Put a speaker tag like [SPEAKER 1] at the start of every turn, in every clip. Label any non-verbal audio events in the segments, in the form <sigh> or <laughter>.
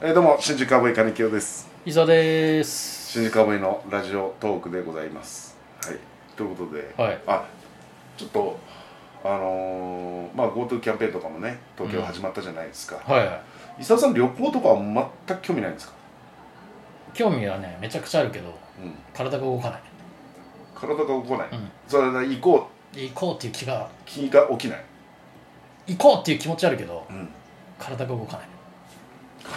[SPEAKER 1] えーどうも新宿アボイ金清です
[SPEAKER 2] 伊沢です
[SPEAKER 1] 新宿アボイのラジオトークでございますはいということで、
[SPEAKER 2] はい
[SPEAKER 1] あちょっとあのーまあ GoTo キャンペーンとかもね東京始まったじゃないですか、
[SPEAKER 2] はいは
[SPEAKER 1] 伊沢さん旅行とかは全く興味ないんですか、
[SPEAKER 2] い興味はねめちゃくちゃあるけど
[SPEAKER 1] うん、
[SPEAKER 2] 体が動かない、
[SPEAKER 1] 体が動かない、
[SPEAKER 2] うん
[SPEAKER 1] それで行こう
[SPEAKER 2] 行こうっていう気が
[SPEAKER 1] 気が起きない、
[SPEAKER 2] 行こうっていう気持ちあるけど
[SPEAKER 1] うん、
[SPEAKER 2] 体が動かない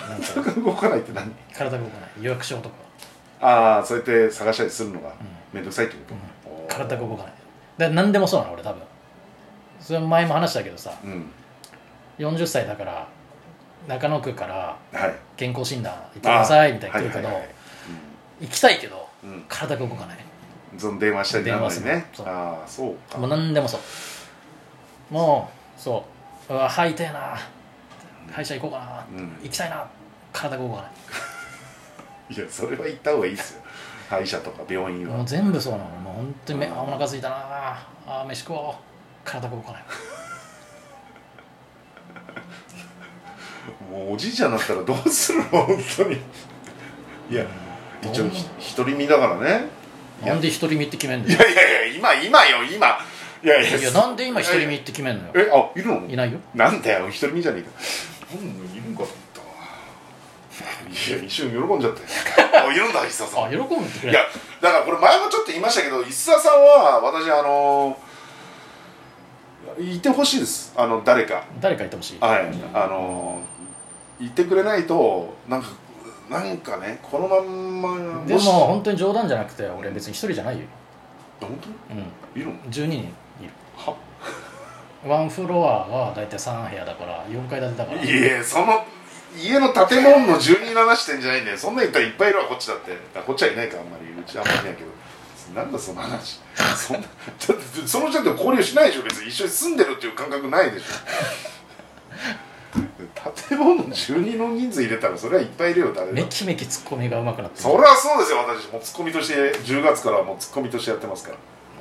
[SPEAKER 2] なんか
[SPEAKER 1] 体が動かないって何
[SPEAKER 2] 体が動かない予約しようとか、
[SPEAKER 1] ああそうやって探したりするのが
[SPEAKER 2] うん
[SPEAKER 1] めんどくさいってこ
[SPEAKER 2] うん
[SPEAKER 1] と、
[SPEAKER 2] 体が動かないだ何でもそうなの俺多分それ前も話したけどさ
[SPEAKER 1] うん
[SPEAKER 2] 40歳だから中野区から
[SPEAKER 1] はい
[SPEAKER 2] 健康診断行ってくださいみたい
[SPEAKER 1] あ
[SPEAKER 2] な来るけど、
[SPEAKER 1] はいはいはい
[SPEAKER 2] 行きたいけど
[SPEAKER 1] うんうん
[SPEAKER 2] 体が動かない
[SPEAKER 1] その電話したりなんだりね
[SPEAKER 2] 電話するそう
[SPEAKER 1] ああそうか
[SPEAKER 2] もう何でもそうもうそううわ歯痛いな歯医者行こうかな、
[SPEAKER 1] うん
[SPEAKER 2] 行きたいな体が動か
[SPEAKER 1] いやそれは行った方がいいです <laughs> よ歯医者とか病
[SPEAKER 2] ない
[SPEAKER 1] 院
[SPEAKER 2] も
[SPEAKER 1] は
[SPEAKER 2] う全部そうなのもう本当にめ、
[SPEAKER 1] うん
[SPEAKER 2] あお腹すいたなあー飯食おう体が動かない
[SPEAKER 1] もうおじいちゃんになったらどうするの <laughs> 本当にいや一応ひ独り身だからねいや
[SPEAKER 2] なんで独り身って決めんの
[SPEAKER 1] い
[SPEAKER 2] よ
[SPEAKER 1] やいやいや今今よ今いやいや
[SPEAKER 2] いやなんで今独り身って決めんのよ
[SPEAKER 1] えあいるの
[SPEAKER 2] いないよ
[SPEAKER 1] なんだよ一人身じゃねえかうんいるんかと思ったわいや一瞬喜んじゃった <laughs> よあいるんだ石田さん
[SPEAKER 2] あ喜ぶってく
[SPEAKER 1] い
[SPEAKER 2] れ
[SPEAKER 1] やだからこれ前もちょっと言いましたけど石田さんは私あのいてほしいですあの誰か
[SPEAKER 2] 誰かいてほしい
[SPEAKER 1] はいあのいてくれないとなんかなんかねこのまんま
[SPEAKER 2] でも
[SPEAKER 1] し
[SPEAKER 2] 本当に冗談じゃなくて俺別に一人じゃないよ、
[SPEAKER 1] 本
[SPEAKER 2] うん、
[SPEAKER 1] 当にいるの
[SPEAKER 2] 12人いる
[SPEAKER 1] は
[SPEAKER 2] ワンフロアが大体3部屋だから4階建てだから
[SPEAKER 1] いえその家の建物の住人の話してんじゃないんだよそんな言ったらいっぱいいるわこっちだってあこっちはいないかあんまりうちあんまりいないけどなんだその話そんなだってその時点で交流しないでしょ別に一緒に住んでるっていう感覚ないで
[SPEAKER 2] <laughs>
[SPEAKER 1] しょ建物の住人の人数入れたらそれはいっぱいいるよ誰で
[SPEAKER 2] め
[SPEAKER 1] も
[SPEAKER 2] きめきツッコミがうまくなって
[SPEAKER 1] そりゃそうですよ私もうツッコミとして10月からはもうツッコミとしてやってますから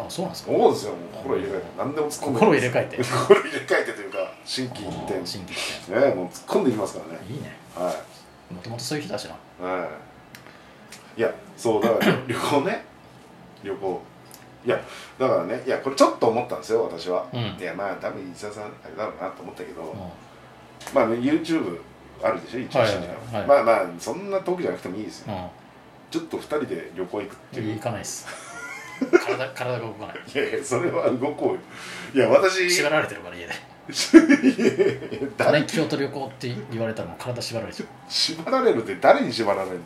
[SPEAKER 2] あそうなんですか
[SPEAKER 1] そうですよもう心入れ替えて何でもツッコむ
[SPEAKER 2] 心入れ替えて
[SPEAKER 1] 心入れ替えてというか心機一転ね
[SPEAKER 2] 新規っ
[SPEAKER 1] もう突っ込んでいきますからね
[SPEAKER 2] ていいね
[SPEAKER 1] はい
[SPEAKER 2] もともとそういう人だしな
[SPEAKER 1] はい、いやそうだから旅行ね旅行いやだからねいやこれちょっと思ったんですよ私は、
[SPEAKER 2] うん
[SPEAKER 1] いやまあ多分伊沢さんあれだろうなと思ったけど、
[SPEAKER 2] うん
[SPEAKER 1] まあ、ね、YouTube あるでしょ一応
[SPEAKER 2] はい
[SPEAKER 1] 信
[SPEAKER 2] はい
[SPEAKER 1] じ
[SPEAKER 2] は
[SPEAKER 1] ら
[SPEAKER 2] い
[SPEAKER 1] まあまあそんな遠くじゃなくてもいいですよ、
[SPEAKER 2] う
[SPEAKER 1] ちょっと2人で旅行行くって
[SPEAKER 2] ん、
[SPEAKER 1] いう、
[SPEAKER 2] 行かない
[SPEAKER 1] <laughs>
[SPEAKER 2] っす体体が動かない
[SPEAKER 1] いやいやそれは動こうよいや私
[SPEAKER 2] 縛られてるから家で
[SPEAKER 1] 誰
[SPEAKER 2] 金清と旅行って言われたらもう体縛られちゃう
[SPEAKER 1] 縛られるって誰に縛られるの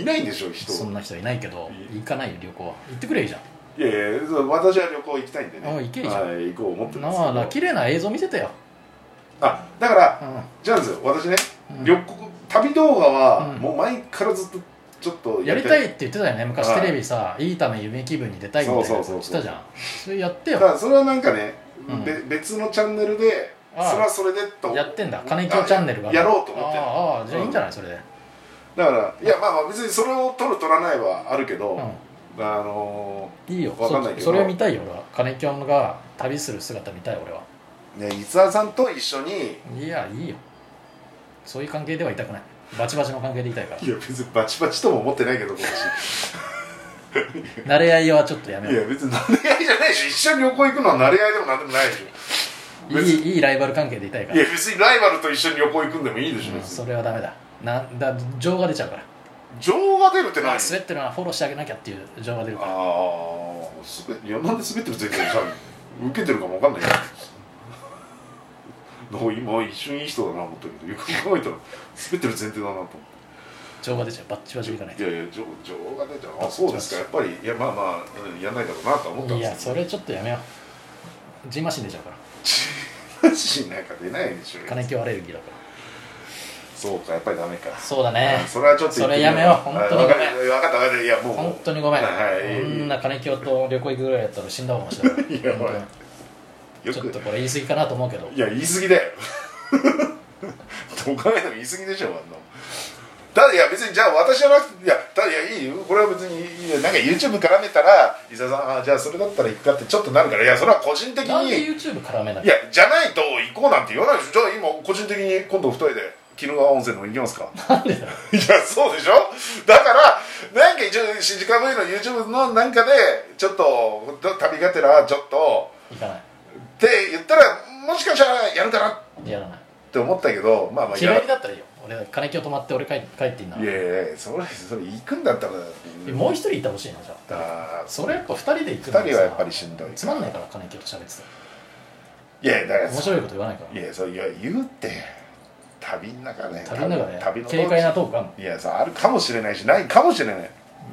[SPEAKER 1] いないんでしょ人
[SPEAKER 2] そんな人いないけど
[SPEAKER 1] い
[SPEAKER 2] 行かないよ旅行は行ってくれいいじゃん
[SPEAKER 1] いやいやそう私は旅行行きたいんでね
[SPEAKER 2] あ行けじゃん
[SPEAKER 1] はい、行こう思ってるんですけど
[SPEAKER 2] なあな綺麗な映像見せてよ、
[SPEAKER 1] あだから
[SPEAKER 2] うん、
[SPEAKER 1] じゃあなんですよ私ね、
[SPEAKER 2] うん
[SPEAKER 1] 旅行旅動画は、
[SPEAKER 2] うん
[SPEAKER 1] もう前からずっとちょっと
[SPEAKER 2] やりたい
[SPEAKER 1] い
[SPEAKER 2] って言ってたよね昔
[SPEAKER 1] はい
[SPEAKER 2] テレビさいいため夢気分に出たいみたいな
[SPEAKER 1] そう
[SPEAKER 2] や
[SPEAKER 1] そうそうそう
[SPEAKER 2] つしたじゃんそれやって
[SPEAKER 1] だ
[SPEAKER 2] よ
[SPEAKER 1] からそれはなんかね、
[SPEAKER 2] うん
[SPEAKER 1] べ別のチャンネルで
[SPEAKER 2] ああ
[SPEAKER 1] それはそれでと
[SPEAKER 2] やってんだ金清チャンネルがある
[SPEAKER 1] やろうと思ってる
[SPEAKER 2] ああああじゃあいいんじゃないそれで、
[SPEAKER 1] だからいやまあまあ別にそれを撮る撮らないはあるけど、
[SPEAKER 2] う
[SPEAKER 1] あの
[SPEAKER 2] ん、いいよ
[SPEAKER 1] わかんないけど
[SPEAKER 2] そそれを見たいよ俺は金清が旅する姿見たい俺は
[SPEAKER 1] ーね伊沢さんと一緒に
[SPEAKER 2] いやいいよそういう関係ではいたくないバチバチの関係でいたいから
[SPEAKER 1] いや別にバチバチとも思ってないけどこっち
[SPEAKER 2] 慣れ合いはちょっとやめ
[SPEAKER 1] い
[SPEAKER 2] よ
[SPEAKER 1] や別に慣れ合いじゃないし一緒に旅行行くのは慣れ合いでもなんでもないでしょ
[SPEAKER 2] ういいいいライバル関係でいたいか
[SPEAKER 1] い
[SPEAKER 2] ら
[SPEAKER 1] や、別にライバルと一緒に旅行行くんでもいいでしょ、
[SPEAKER 2] うん、
[SPEAKER 1] 別に
[SPEAKER 2] それはダメだなんだ情が出ちゃうから
[SPEAKER 1] 情が出るって何
[SPEAKER 2] あ滑ってるなフォローしてあげなきゃっていう情が出るから
[SPEAKER 1] ああすべいやなんで滑ってる前提でさ受けてるかもわかんないよ <laughs> もう今一瞬いい人だな思ったけどよく考えたら滑ってる前提だなと思っ
[SPEAKER 2] 情が出ちゃうバッチバチいかない
[SPEAKER 1] ていやいや情情が出ちゃうあそうですかやっぱりいやまあまあ、うんやんないだろうなとは思った
[SPEAKER 2] と
[SPEAKER 1] ん
[SPEAKER 2] い
[SPEAKER 1] で
[SPEAKER 2] や
[SPEAKER 1] す
[SPEAKER 2] それちょっとやめようジンマシン出ちゃうから
[SPEAKER 1] <laughs> けどしなんか出ないでしょ
[SPEAKER 2] 金清アレルギーだから
[SPEAKER 1] そうかやっぱりダメか
[SPEAKER 2] そうだね
[SPEAKER 1] あそれはちょっと言ってみ
[SPEAKER 2] それやめよう本当に
[SPEAKER 1] はいわ
[SPEAKER 2] ご
[SPEAKER 1] か
[SPEAKER 2] めん
[SPEAKER 1] るわかったわかったいやもう
[SPEAKER 2] 本当にごめん、
[SPEAKER 1] はいはい
[SPEAKER 2] こんな金清と旅行行くぐらいやったら死んだかもしれない
[SPEAKER 1] <laughs> いや
[SPEAKER 2] 本
[SPEAKER 1] ほよ
[SPEAKER 2] 当にちょっと
[SPEAKER 1] く
[SPEAKER 2] これ言い過ぎかなと思うけど
[SPEAKER 1] いや言い過ぎだよ <laughs> どう考えても言い過ぎでしょあんなもんただいや別にじゃあ私じゃなくていやただいやいいよこれは別にいいよなんか YouTube 絡めたら伊沢さんあじゃあそれだったら行くかってちょっとなるからいやそれは個人的
[SPEAKER 2] なんで
[SPEAKER 1] に
[SPEAKER 2] YouTube 絡めない
[SPEAKER 1] いやじゃないと行こうなんて言わないでしょじゃあ今個人的に今度二人で鬼怒川温泉でも行きますか
[SPEAKER 2] なんでだよ
[SPEAKER 1] <laughs> いやそうでしょだからなんか一応シジカ V の YouTube のなんかでちょっと旅がてらちょっと
[SPEAKER 2] 行かない
[SPEAKER 1] って言ったらもしかしたらやるかなっ
[SPEAKER 2] やらない
[SPEAKER 1] て思ったけどまあまあ
[SPEAKER 2] 日帰りだったらいいよ俺金木を泊まって俺帰帰っていいない
[SPEAKER 1] やいやいやそれそれ行くんだったら
[SPEAKER 2] もう一人いてほしいなじゃあ
[SPEAKER 1] だ
[SPEAKER 2] それやっぱ二人で行く
[SPEAKER 1] 二
[SPEAKER 2] の
[SPEAKER 1] 人
[SPEAKER 2] さ
[SPEAKER 1] はやっぱりしんどい
[SPEAKER 2] つまんないから金木と喋って
[SPEAKER 1] いやいやだか
[SPEAKER 2] たら
[SPEAKER 1] ら
[SPEAKER 2] 面白いこと言わないから
[SPEAKER 1] いやそういや言うって旅の中ね
[SPEAKER 2] 旅の中で
[SPEAKER 1] 旅の
[SPEAKER 2] 軽快なトークあんの
[SPEAKER 1] いやさあるかもしれないしないかもしれない、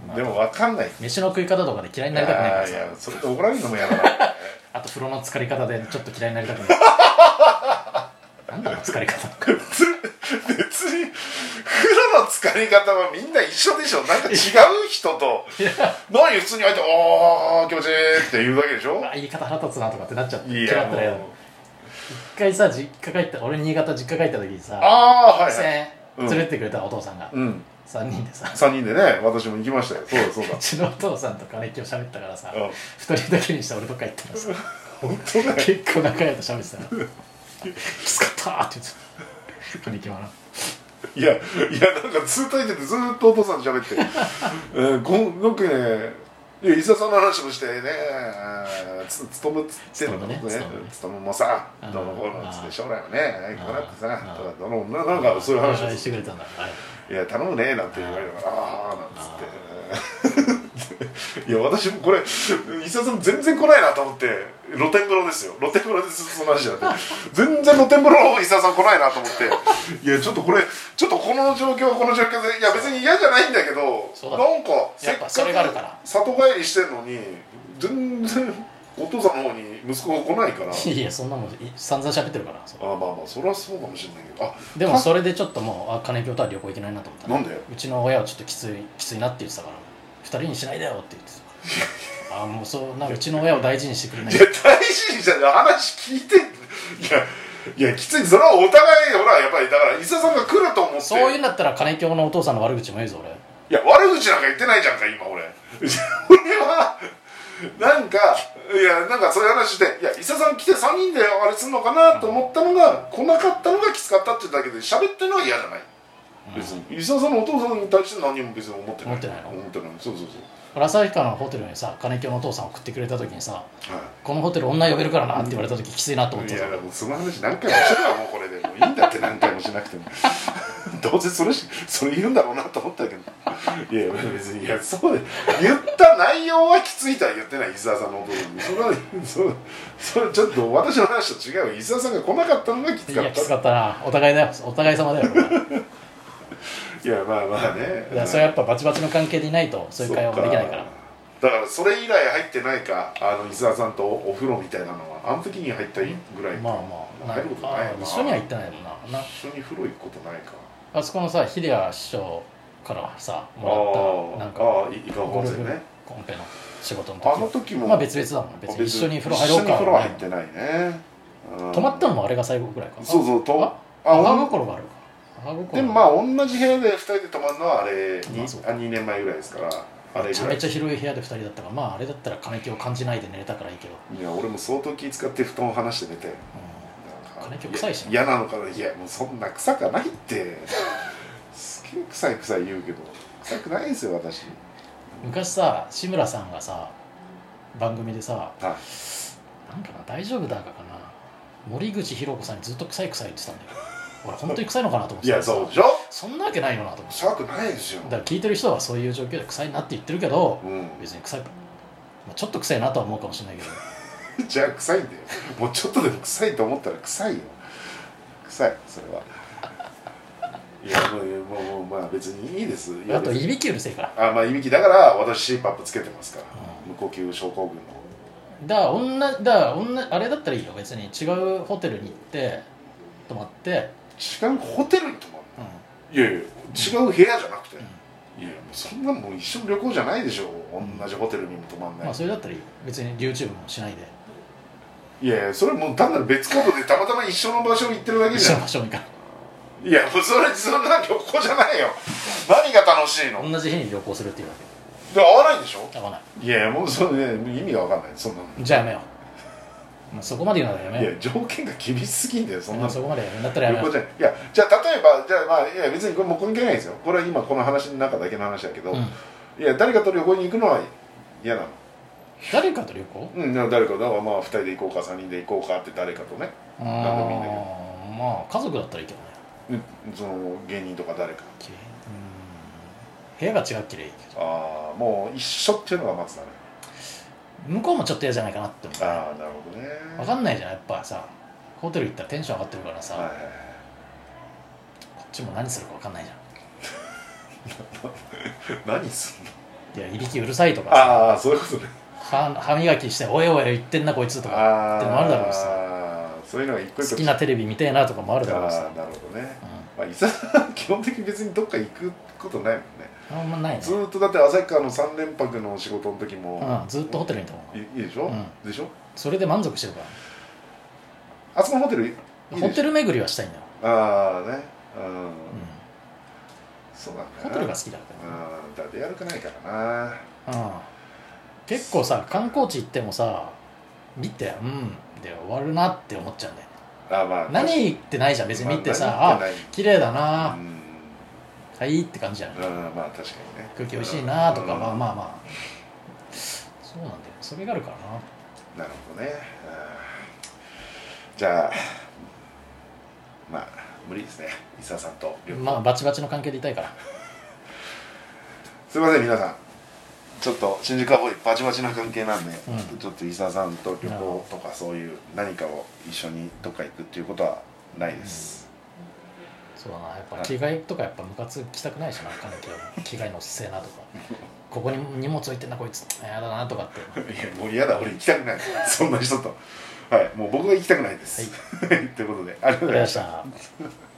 [SPEAKER 2] まあ
[SPEAKER 1] でも分かんない
[SPEAKER 2] 飯の食い方とかで嫌いになりたくないから
[SPEAKER 1] い
[SPEAKER 2] さ
[SPEAKER 1] やいやそれで怒られるのも嫌だな
[SPEAKER 2] あと風呂の浸かり方でちょっと嫌いになりたくない
[SPEAKER 1] <laughs>
[SPEAKER 2] なんだろう疲れ方
[SPEAKER 1] 別に風呂の使い方はみんな一緒でしょなんか違う人と何普通に入って「ああ気持ちいい」って言うだけでしょ
[SPEAKER 2] うわ言い方腹立つなとかってなっちゃって
[SPEAKER 1] い
[SPEAKER 2] 嫌
[SPEAKER 1] や
[SPEAKER 2] ったら嫌だ
[SPEAKER 1] もう
[SPEAKER 2] 一回さ実家帰った俺新潟実家帰った時にさ
[SPEAKER 1] ああはい、はい、
[SPEAKER 2] 帰省連れてってくれたお父さんが
[SPEAKER 1] うん
[SPEAKER 2] 3人でさ <laughs>
[SPEAKER 1] 3人でね私も行きましたよそうだそうだ
[SPEAKER 2] うちのお父さんと金木を喋ったからさ
[SPEAKER 1] うん
[SPEAKER 2] 二人だけにして俺とか行ったらさ
[SPEAKER 1] 本当だよ
[SPEAKER 2] 結構仲良く喋ってたのきつかったーって言ってた金木はない
[SPEAKER 1] やいやなんかずっといててずっとお父さんと喋って、 <laughs> えー、ごなんかねいや伊沢さんの話もしてねつつとむっつってんのね
[SPEAKER 2] つとむねつとむね
[SPEAKER 1] つとむもさ
[SPEAKER 2] あー
[SPEAKER 1] どの頃っつって将来はねこうなってさ
[SPEAKER 2] あー
[SPEAKER 1] とかどの女なんかそういう話を
[SPEAKER 2] してくれたんだあれ
[SPEAKER 1] いや頼むねなんて言われながらああなんつって <laughs> いや私もこれ伊沢さん全然来ないなと思って露天風呂ですよ露天風呂ですその話だって全然露天風呂伊沢さん来ないなと思っていやちょっとこれちょっとこの状況はこの状況でいや別に嫌じゃないんだけど
[SPEAKER 2] そうだ
[SPEAKER 1] なんかせ
[SPEAKER 2] や
[SPEAKER 1] っ
[SPEAKER 2] っ
[SPEAKER 1] か
[SPEAKER 2] ぱ
[SPEAKER 1] く
[SPEAKER 2] それがあるから
[SPEAKER 1] 里帰りしてんのに全然お父さんの方に息子が来ないから
[SPEAKER 2] いやそんなもんい散々喋ってるからそ
[SPEAKER 1] あまあまあそれはそうかもしれないけどあ
[SPEAKER 2] うでもそれでちょっともうあ金京とは旅行行けないなと思ったね
[SPEAKER 1] なんで
[SPEAKER 2] うちの親はちょっときついきついなって言ってたから二人にしないでよって言ってたあーもうそうなんかうちの親を大事にして
[SPEAKER 1] <laughs>
[SPEAKER 2] くれない
[SPEAKER 1] いや大事じゃない話聞いてんいやいやきついそれはお互いほらやっぱりだから伊沢さんが来ると思って
[SPEAKER 2] そういうんだったら金京のお父さんの悪口も言うぞ俺
[SPEAKER 1] いや悪口なんか言ってないじゃんか今俺俺はなんかいやなんかそういう話していや伊沢さん来て3人であれすんのかなと思ったのが来なかったのがきつかったってだけで喋ってるのは嫌じゃない別に伊沢さんのお父さんに対して何も別に思ってない
[SPEAKER 2] 思ってないの
[SPEAKER 1] 思ってないそうそうそ
[SPEAKER 2] 俺旭川のホテルにさ金京のお父さん送ってくれた時にさ
[SPEAKER 1] う、はい
[SPEAKER 2] このホテル女呼べるからなって言われた時きついなと思っ
[SPEAKER 1] い
[SPEAKER 2] てた
[SPEAKER 1] やもうその話何回もしてるわもうこれでもういいんだって何回もしなくても <laughs> どうせそれしそれ言うんだろうなと思ったけどいや別にいやそうで言った内容はきついとは言ってない伊沢さんのことにそれはそうそれちょっと私の話と違う伊沢さんが来なかったのがきつ
[SPEAKER 2] い
[SPEAKER 1] かっ
[SPEAKER 2] や
[SPEAKER 1] た
[SPEAKER 2] きつかったなお互いだよお互い様だよだ
[SPEAKER 1] いやまあまあね
[SPEAKER 2] からそれはやっぱバチバチの関係でいないとそういう会話もできないから
[SPEAKER 1] そっだからそれ以来入ってないかあの伊沢さんとお風呂みたいなのはあの時に入ったぐらい
[SPEAKER 2] まあまあな
[SPEAKER 1] 入ることない
[SPEAKER 2] あ
[SPEAKER 1] な
[SPEAKER 2] 一緒には行ってないもんなな
[SPEAKER 1] 一緒に風呂行くことないか
[SPEAKER 2] あそこのさ秀谷師匠からさ
[SPEAKER 1] あ
[SPEAKER 2] もらったなん
[SPEAKER 1] あ
[SPEAKER 2] か
[SPEAKER 1] あーいいか
[SPEAKER 2] ゴ
[SPEAKER 1] も
[SPEAKER 2] ル
[SPEAKER 1] し
[SPEAKER 2] フ
[SPEAKER 1] れないね
[SPEAKER 2] コンペの仕事の時
[SPEAKER 1] あの時も
[SPEAKER 2] まあ別々だもん別に一緒に風呂入ろう
[SPEAKER 1] 一緒に
[SPEAKER 2] か
[SPEAKER 1] 風呂は入ってないね、うん
[SPEAKER 2] 泊まったのもあれが最後ぐらいか
[SPEAKER 1] そうそうと
[SPEAKER 2] あ
[SPEAKER 1] あ
[SPEAKER 2] 母
[SPEAKER 1] 女
[SPEAKER 2] 心があるか母心
[SPEAKER 1] でもまあ同じ部屋で2人で泊まるのはあれに
[SPEAKER 2] ま
[SPEAKER 1] あ
[SPEAKER 2] あそう
[SPEAKER 1] 2年前ぐらいですからあれ
[SPEAKER 2] めち
[SPEAKER 1] ぐ
[SPEAKER 2] ゃ
[SPEAKER 1] らい
[SPEAKER 2] めちゃ広い部屋で2人だったからまああれだったら金気を感じないで寝れたからいいけど、
[SPEAKER 1] いや俺も相当気使って布団を離して寝て
[SPEAKER 2] う
[SPEAKER 1] なん
[SPEAKER 2] 金
[SPEAKER 1] か
[SPEAKER 2] 気臭いしな
[SPEAKER 1] 嫌なのかないやもうそんな臭かないってすげえ臭い臭い言うけど臭くないですよ私
[SPEAKER 2] ん昔さ志村さんがさ番組でさ
[SPEAKER 1] はい
[SPEAKER 2] なんかな大丈夫だかかな森口博子さんにずっと臭い臭い言ってたんだよ俺本当に臭いのかなと思っ
[SPEAKER 1] い
[SPEAKER 2] てた
[SPEAKER 1] や
[SPEAKER 2] けどさ
[SPEAKER 1] そうでしょ
[SPEAKER 2] そんなわけないよなと思って
[SPEAKER 1] 臭くないですよ
[SPEAKER 2] だから聞いてる人はそういう状況で臭いなって言ってるけど
[SPEAKER 1] う
[SPEAKER 2] 別に臭い、まあ、ちょっと臭いなとは思うかもしれないけど
[SPEAKER 1] ん、じゃあ臭いんだよもうちょっとでも臭いと思ったら臭いよ臭いそれはいやもうもうもうまあ別にいいですいや
[SPEAKER 2] <laughs> あと
[SPEAKER 1] 別に
[SPEAKER 2] いびきうるせえから、
[SPEAKER 1] あまあいびきだから私 CPAP つけてますから
[SPEAKER 2] う
[SPEAKER 1] 無呼吸症候群の
[SPEAKER 2] んだから女だから女あれだったらいいよ別に違うホテルに行って泊まって、
[SPEAKER 1] 違うホテルに泊ま
[SPEAKER 2] うん
[SPEAKER 1] るいやいや違う部屋じゃなくて、
[SPEAKER 2] ん
[SPEAKER 1] いやもうそんなもう一緒の旅行じゃないでしょ同じホテルにも泊まんない、
[SPEAKER 2] まあそれだったらいいよ別に YouTube もしないで
[SPEAKER 1] いやいやそれもう単なる別行動でたまたま一緒の場所に行ってるだけ
[SPEAKER 2] 一
[SPEAKER 1] じゃ
[SPEAKER 2] 緒の
[SPEAKER 1] ん
[SPEAKER 2] 場所に行か
[SPEAKER 1] <laughs> いやもうそれそんな旅行じゃないよ何が楽しいの
[SPEAKER 2] ない同じ日に旅行するっていうわ
[SPEAKER 1] で合わないんでしょ
[SPEAKER 2] け合わない
[SPEAKER 1] やいやもうそれ、ね、意味が分かんないそんなの
[SPEAKER 2] いじゃあやめようまあ、そこまで言うならや
[SPEAKER 1] い
[SPEAKER 2] めよ
[SPEAKER 1] や条件が厳しすぎんだよそんな
[SPEAKER 2] う
[SPEAKER 1] の
[SPEAKER 2] そこまでやめんだったらや
[SPEAKER 1] 旅
[SPEAKER 2] め
[SPEAKER 1] 行
[SPEAKER 2] よう
[SPEAKER 1] じゃないいやじゃあ例えばじゃあまあいや別にこれもう関係ないですよこれは今この話の中だけの話だけど、
[SPEAKER 2] うん
[SPEAKER 1] いや誰かと旅行に行くのは嫌なの
[SPEAKER 2] 誰かと旅行
[SPEAKER 1] うんだから誰かだからまあ2人で行こうか3人で行こうかって誰かとね、
[SPEAKER 2] あ
[SPEAKER 1] なんでもいいんだけど
[SPEAKER 2] ーまあ家族だったらいいけどね
[SPEAKER 1] うんその芸人とか誰か
[SPEAKER 2] 綺麗うん部屋が違うきれいいけど
[SPEAKER 1] ああもう一緒っていうのがまずだね
[SPEAKER 2] 向こうもちょっと嫌じゃないかなって思う
[SPEAKER 1] ああなるほどね
[SPEAKER 2] 分かんないじゃんやっぱさホテル行ったらテンション上がってるからさ、
[SPEAKER 1] はいはい
[SPEAKER 2] こっちも何するか分かんないじゃ
[SPEAKER 1] はい何すんの
[SPEAKER 2] んいやいびきうるさいとかさ
[SPEAKER 1] ああそういうことね
[SPEAKER 2] 歯歯磨きしておいおい言ってんなこいつとか
[SPEAKER 1] あ
[SPEAKER 2] でもあるだろうし
[SPEAKER 1] さそういうのが一個一個
[SPEAKER 2] 好きなテレビ見てえなとかもあるだろうし
[SPEAKER 1] あ
[SPEAKER 2] さ
[SPEAKER 1] あ、なるほどね
[SPEAKER 2] う
[SPEAKER 1] まあ伊沢さん基本的に別にどっか行くことないもんね
[SPEAKER 2] ん、あんまないね
[SPEAKER 1] ずーっとだって旭川の3連泊の仕事の時
[SPEAKER 2] う
[SPEAKER 1] も
[SPEAKER 2] ん、ずっとホテルにいたもん
[SPEAKER 1] いいいでしょ、
[SPEAKER 2] う
[SPEAKER 1] でしょ
[SPEAKER 2] それで満足してるから
[SPEAKER 1] あそこのホテルいいでしょ
[SPEAKER 2] ホテル巡りはしたいんだよ、
[SPEAKER 1] ああねうん、
[SPEAKER 2] う
[SPEAKER 1] そうなんだ
[SPEAKER 2] ん、ホテルが
[SPEAKER 1] 好
[SPEAKER 2] 好きだか
[SPEAKER 1] うんだってやるくないからな
[SPEAKER 2] ら、うん、結構さ観光地行ってもさ見てうんで終わるなって思っちゃうんだよね
[SPEAKER 1] あまあ
[SPEAKER 2] 何ってないじゃん別に見てさ、
[SPEAKER 1] まあ何
[SPEAKER 2] あ
[SPEAKER 1] 言って
[SPEAKER 2] 綺麗だ
[SPEAKER 1] な
[SPEAKER 2] な、
[SPEAKER 1] い
[SPEAKER 2] はいって感じじゃん
[SPEAKER 1] うん、うん、まあ確かにね
[SPEAKER 2] 空気美味しいなとか、
[SPEAKER 1] うん
[SPEAKER 2] まあまあまあそうなんだよそれがあるから
[SPEAKER 1] な
[SPEAKER 2] な
[SPEAKER 1] るほどねあーじゃあまあ無理ですね伊沢さんと旅行
[SPEAKER 2] まあバチバチの関係でいたいから
[SPEAKER 1] すいません皆さんちょっと新宿はボーイバチバチな関係なんで、
[SPEAKER 2] うん
[SPEAKER 1] ちょっと伊沢さんと旅
[SPEAKER 2] なるほ
[SPEAKER 1] 行とかそういう何かを一緒にどっか行くっていうことはないです、
[SPEAKER 2] そうだなやっぱ着替えとかやっぱムカつきたくないしな関係
[SPEAKER 1] <laughs>
[SPEAKER 2] は着替えのっせえなとかここに荷物置いてんなこいつやだな
[SPEAKER 1] <laughs>
[SPEAKER 2] とかって
[SPEAKER 1] いやもう嫌だ俺行きたくない <laughs> そんな人とはいもう僕が行きたくないです、ということでありがとうござい
[SPEAKER 2] ありま
[SPEAKER 1] ま
[SPEAKER 2] し
[SPEAKER 1] した
[SPEAKER 2] た